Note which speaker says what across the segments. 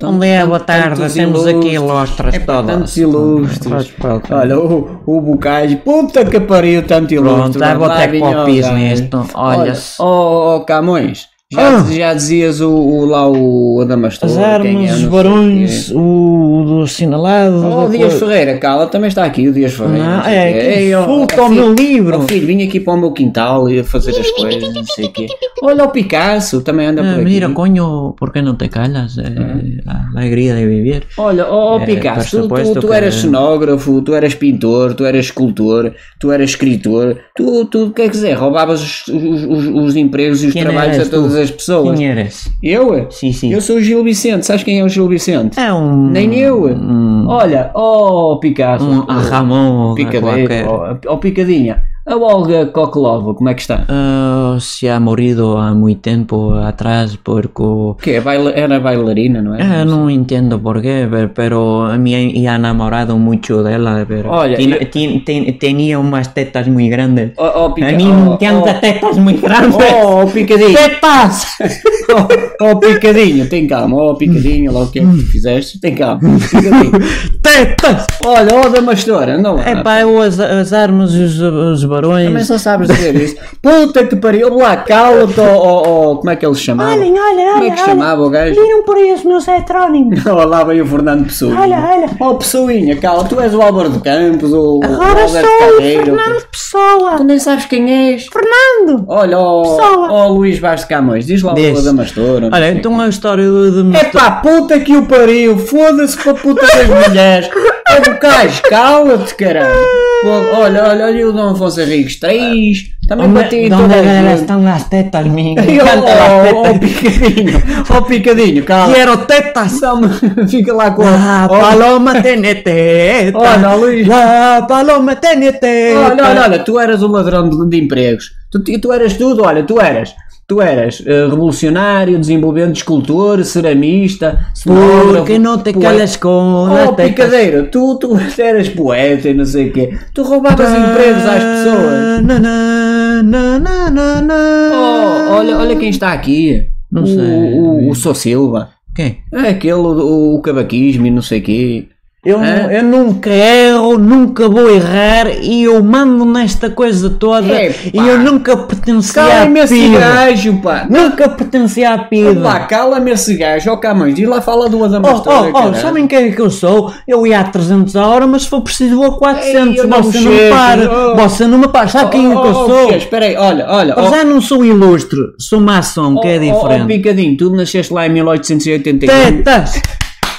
Speaker 1: Bom dia, Então, boa tarde. Temos aqui lostras
Speaker 2: É para
Speaker 1: todas.
Speaker 2: tantos ilustres.
Speaker 1: Faz falta.
Speaker 2: Olha, o, o Bocage, puta que pariu, tanto ilustre.
Speaker 1: Pronto, eu vou
Speaker 2: Lá
Speaker 1: até
Speaker 2: vinha
Speaker 1: pôr
Speaker 2: o
Speaker 1: piso
Speaker 2: gajo.
Speaker 1: nisto. Olha,
Speaker 2: oh, oh, Camões, já,
Speaker 1: Ah.
Speaker 2: já dizias o, o lá o Adamastor.
Speaker 1: as
Speaker 2: quem é, não
Speaker 1: armas,
Speaker 2: sei
Speaker 1: os
Speaker 2: o quê.
Speaker 1: barões, o, o do assinalado.
Speaker 2: Oh, o
Speaker 1: da
Speaker 2: Dias
Speaker 1: coisa-
Speaker 2: Ferreira, cala, também está aqui o Dias Ferreira.
Speaker 1: Não,
Speaker 2: não sei
Speaker 1: é,
Speaker 2: o quê.
Speaker 1: que
Speaker 2: Ei, ó,
Speaker 1: insulta
Speaker 2: ó,
Speaker 1: ao
Speaker 2: filho,
Speaker 1: meu livro.
Speaker 2: ó, filho, vim aqui para o meu quintal e a fazer as coisas, não sei o quê. Olha o Picasso, também anda
Speaker 1: Ah,
Speaker 2: por aqui. Ah.
Speaker 1: mira, coño, ¿por qué no te callas? Eh, La alegría de vivir.
Speaker 2: Olha, ó ó,
Speaker 1: É,
Speaker 2: Picasso,
Speaker 1: por
Speaker 2: tu- tu,
Speaker 1: suposto
Speaker 2: tu
Speaker 1: que-
Speaker 2: eras cenógrafo, tu eras pintor, tu eras escultor, tu eras escritor, tu, tu quer dizer, roubavas os, os- os- os empregos e os
Speaker 1: Quem
Speaker 2: trabalhos
Speaker 1: eras
Speaker 2: a todas
Speaker 1: tu?
Speaker 2: as pessoas.
Speaker 1: ¿Quién eres?
Speaker 2: Eu?
Speaker 1: Sim, sim.
Speaker 2: Eu sou o Gil Vicente, sabes quem é o Gil Vicente?
Speaker 1: É um.
Speaker 2: Nem eu.
Speaker 1: Um,
Speaker 2: Olha, ó Picasso,
Speaker 1: um
Speaker 2: ó,
Speaker 1: Ramon
Speaker 2: picadeiro,
Speaker 1: cualquier.
Speaker 2: ó ó, Picadinha, a Olga Koklova, como é que está?
Speaker 1: Ah, se ha morrido há muito tempo atrás porque.
Speaker 2: O quê? É Baila- era bailarina, não é?
Speaker 1: Eh, não entendo porquê, ver, pero a mim ia namorado muito dela. Ver.
Speaker 2: Olha,
Speaker 1: Tin-
Speaker 2: eu-
Speaker 1: tin- tin- tinha umas tetas muito grandes.
Speaker 2: Ó, ó,
Speaker 1: a
Speaker 2: Pica-
Speaker 1: mim
Speaker 2: ó,
Speaker 1: me encanta tetas muito grandes.
Speaker 2: ó, ó, Picadinha.
Speaker 1: Tetas!
Speaker 2: Ó oh, picadinho, tem calma, ó picadinho, lá o que é que fizeste, tem calma, picadinho.
Speaker 1: tetas! Eh,
Speaker 2: Olha, ó damastora, não lá.
Speaker 1: É pá, eu as, as armas e os, os
Speaker 2: Também
Speaker 1: barões.
Speaker 2: só sabes dizer isso. Puta que pariu, lá, cala-te, ó, ó, ó, como é que ele se chamava?
Speaker 3: Olhem, olhem,
Speaker 2: como é
Speaker 3: olhem,
Speaker 2: que
Speaker 3: olhem.
Speaker 2: se chamava o gajo?
Speaker 3: Viram por aí os meus heterónimos.
Speaker 2: Ó, lá veio o Fernando Pessoa.
Speaker 3: Olha, olha.
Speaker 2: Ó, Pessoinha, cala, tu és o Álvaro de Campos, o o
Speaker 3: Agora
Speaker 2: Alberto
Speaker 3: sou o
Speaker 2: Carreiro.
Speaker 3: Fernando Pessoa.
Speaker 2: Tu nem sabes quem és.
Speaker 3: Fernando!
Speaker 2: Olha, ó,
Speaker 3: Pessoa.
Speaker 2: ó Luís Vaz de Camões, diz lá
Speaker 1: Diz.
Speaker 2: o Damastora. não
Speaker 1: Olha,
Speaker 2: sei
Speaker 1: então a história do. do-
Speaker 2: É pá, puta que o pariu, foda-se para puta das mulheres. É do cais, cala-te, caralho. Pô, Olha, olha, olha o Dom Afonso Henriques, três. Também bati em toda a gente.
Speaker 1: están las tetas, mi?
Speaker 2: E, ó, ó, ó, picadinho, ó picadinho, cala.
Speaker 1: Quiero tetas.
Speaker 2: Dá-me- Fica lá com
Speaker 1: La
Speaker 2: Olha,
Speaker 1: paloma tiene tetas.
Speaker 2: Ah, Hola, Luis.
Speaker 1: La paloma tiene tetas.
Speaker 2: olha, olha, olha, tu eras o ladrão de, de empregos. Tu, ti- tu eras tudo, olha, tu eras. Tu eras eh, revolucionário, desenvolvendo escultor, ceramista,
Speaker 1: ¿Por
Speaker 2: cenógrafo,
Speaker 1: qué no te
Speaker 2: poeta.
Speaker 1: callas con
Speaker 2: Oh,
Speaker 1: las tetas?
Speaker 2: picadeiro, tu, tu eras poeta e não sei o quê. Tu roubavas empregos às pessoas.
Speaker 1: Na, na, na, na, na, na.
Speaker 2: Oh, olha, olha quem está aqui.
Speaker 1: Não
Speaker 2: o,
Speaker 1: sei.
Speaker 2: O, o Sou Silva.
Speaker 1: Quem?
Speaker 2: É aquele, o, o cavaquismo e não sei o quê.
Speaker 1: Eu,
Speaker 2: Hã?
Speaker 1: eu nunca erro, nunca vou errar e eu mando nesta coisa toda
Speaker 2: Epá.
Speaker 1: e eu nunca pertenci à
Speaker 2: Cala-me esse
Speaker 1: PIDE.
Speaker 2: gajo, pá.
Speaker 1: Nunca pertenci à PIDE.
Speaker 2: Vamos lá, cala-me esse gajo. Ó Camões, diz lá, fala do
Speaker 1: Oh,
Speaker 2: Adamastor.
Speaker 1: oh, oh, sabem quem é que eu sou? Eu ia a 300 a hora, mas se for preciso vou a 400.
Speaker 2: Ei, eu não
Speaker 1: você
Speaker 2: me
Speaker 1: não me
Speaker 2: chego,
Speaker 1: para,
Speaker 2: oh.
Speaker 1: você não me para. Sabe quem é que eu sou?
Speaker 2: Espera aí, olha, olha.
Speaker 1: Eu já não sou ilustre, sou maçom, que é
Speaker 2: Oh,
Speaker 1: diferente.
Speaker 2: picadinho, tu nasceste lá em 1881.
Speaker 1: Tetas!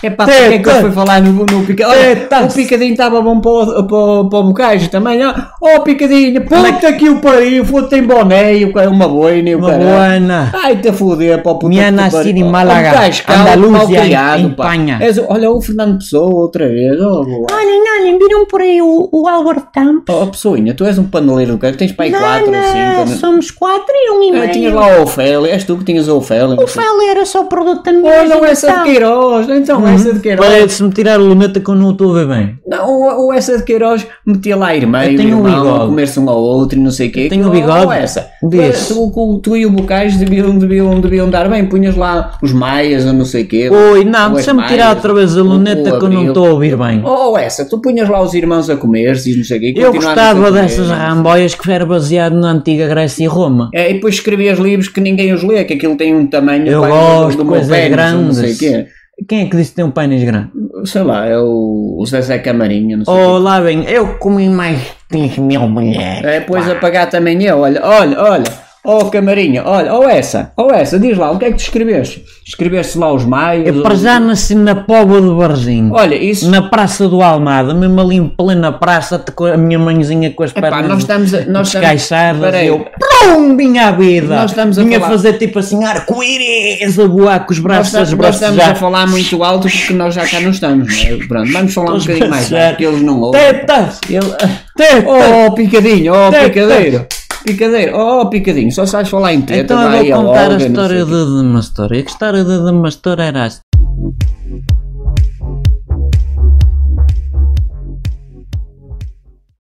Speaker 2: É pá, porque é que
Speaker 1: Tetas.
Speaker 2: eu fui falar no, no picadinho? Olha,
Speaker 1: Tetas.
Speaker 2: o picadinho estava bom para, o- para, o- para o bocage também. ó. Oh, picadinho, puta que o pariu, foda tem boné e o cara- uma boina e o
Speaker 1: é Uma
Speaker 2: cara.
Speaker 1: boina.
Speaker 2: Ai, te a foder, pá, puta
Speaker 1: Minha
Speaker 2: que te
Speaker 1: nascida
Speaker 2: pariu.
Speaker 1: em
Speaker 2: Ó,
Speaker 1: Málaga,
Speaker 2: um gajo calmo,
Speaker 1: Andaluzia,
Speaker 2: mal criado,
Speaker 1: em
Speaker 2: pá.
Speaker 1: Espanha.
Speaker 2: És o- olha, o Fernando Pessoa outra vez. Oh, boa.
Speaker 3: Olhem, olhem, viram por aí o, o Álvaro de Campos?
Speaker 2: Oh, Pessoinha, tu és um paneleiro do cara, tens pai 4 ou 5.
Speaker 3: somos quatro e um e
Speaker 2: Ah, tinhas
Speaker 3: meio.
Speaker 2: né? lá o Ofélia, és tu que tinhas o Ofélia.
Speaker 3: O Fala era só produto da minha
Speaker 2: Olha, o Oh, essa de
Speaker 3: imaginação.
Speaker 2: Queiroz, então, essa de Queiroz.
Speaker 1: Uhum. Olha, se me tirar a luneta que eu não estou a ver bem.
Speaker 2: Não, o, o essa de Queiroz metia lá a irmã
Speaker 1: Eu
Speaker 2: e o
Speaker 1: tenho um bigode.
Speaker 2: irmão a comer-se um ao outro e não sei o quê.
Speaker 1: tenho um
Speaker 2: Ou-
Speaker 1: bigode
Speaker 2: ou essa.
Speaker 1: desse.
Speaker 2: Tu, tu, tu e o Bocais deviam, deviam, deviam dar bem, punhas lá os maias ou não sei o quê.
Speaker 1: Oi, não,
Speaker 2: Ou as
Speaker 1: deixa-me tirar
Speaker 2: maias,
Speaker 1: outra vez a
Speaker 2: ou-
Speaker 1: luneta
Speaker 2: ou
Speaker 1: que eu não
Speaker 2: abril.
Speaker 1: estou a ouvir bem.
Speaker 2: Ou ou essa, tu punhas lá os irmãos a comer-se e não sei o quê. e
Speaker 1: Eu
Speaker 2: continuavas a
Speaker 1: gostava
Speaker 2: comer.
Speaker 1: dessas ramboias que era baseado na antiga Grécia e Roma.
Speaker 2: É, e depois escrevias livros que ninguém os lê, que aquilo tem um tamanho
Speaker 1: Eu
Speaker 2: pá,
Speaker 1: gosto de
Speaker 2: meu
Speaker 1: coisas
Speaker 2: pênis, ou Não sei
Speaker 1: grandes.
Speaker 2: o quê.
Speaker 1: Quem é que disse que tem um pênis grande?
Speaker 2: Sei lá, é o, o Zezé Camarinha, não sei o quê.
Speaker 1: Oh, lá bem, eu comi mais de 3 mil mulheres.
Speaker 2: É, pois apagar também eu, olha, olha, olha. Ó oh, camarinha, olha, ó essa, ó essa, diz lá, o que é que tu escreveste? Escreveste lá os maios.
Speaker 1: Eu para
Speaker 2: os-
Speaker 1: já nasci na Póvoa do Barzinho.
Speaker 2: Olha, isso.
Speaker 1: Na Praça do Almada, mesmo ali em plena praça, te- com a minha mãezinha com as
Speaker 2: Epá,
Speaker 1: pernas
Speaker 2: nós estamos a- nós estamos-
Speaker 1: descaixadas,
Speaker 2: Peraí.
Speaker 1: eu, prum, vinha à vida.
Speaker 2: Nós estamos a
Speaker 1: vinha
Speaker 2: falar-
Speaker 1: fazer tipo assim, arco-íris, a voar com os
Speaker 2: nós,
Speaker 1: braços,
Speaker 2: estamos-
Speaker 1: as
Speaker 2: nós
Speaker 1: braços
Speaker 2: estamos a falar muito alto porque nós já cá não estamos. Né? Pronto, vamos falar um bocadinho mais,
Speaker 1: braços-
Speaker 2: porque eles não ouvem.
Speaker 1: Tetas!
Speaker 2: Ele-
Speaker 1: Tetas!
Speaker 2: Oh, picadinho, oh,
Speaker 1: Tetas.
Speaker 2: picadeiro. Picadeiro, oh, picadinho, só sabes falar em
Speaker 1: Ε,
Speaker 2: teta,
Speaker 1: Então eu
Speaker 2: vai
Speaker 1: vou contar
Speaker 2: Olga,
Speaker 1: a
Speaker 2: não sei
Speaker 1: história
Speaker 2: o quê.
Speaker 1: da Damastor. E a história da Damastor era assim.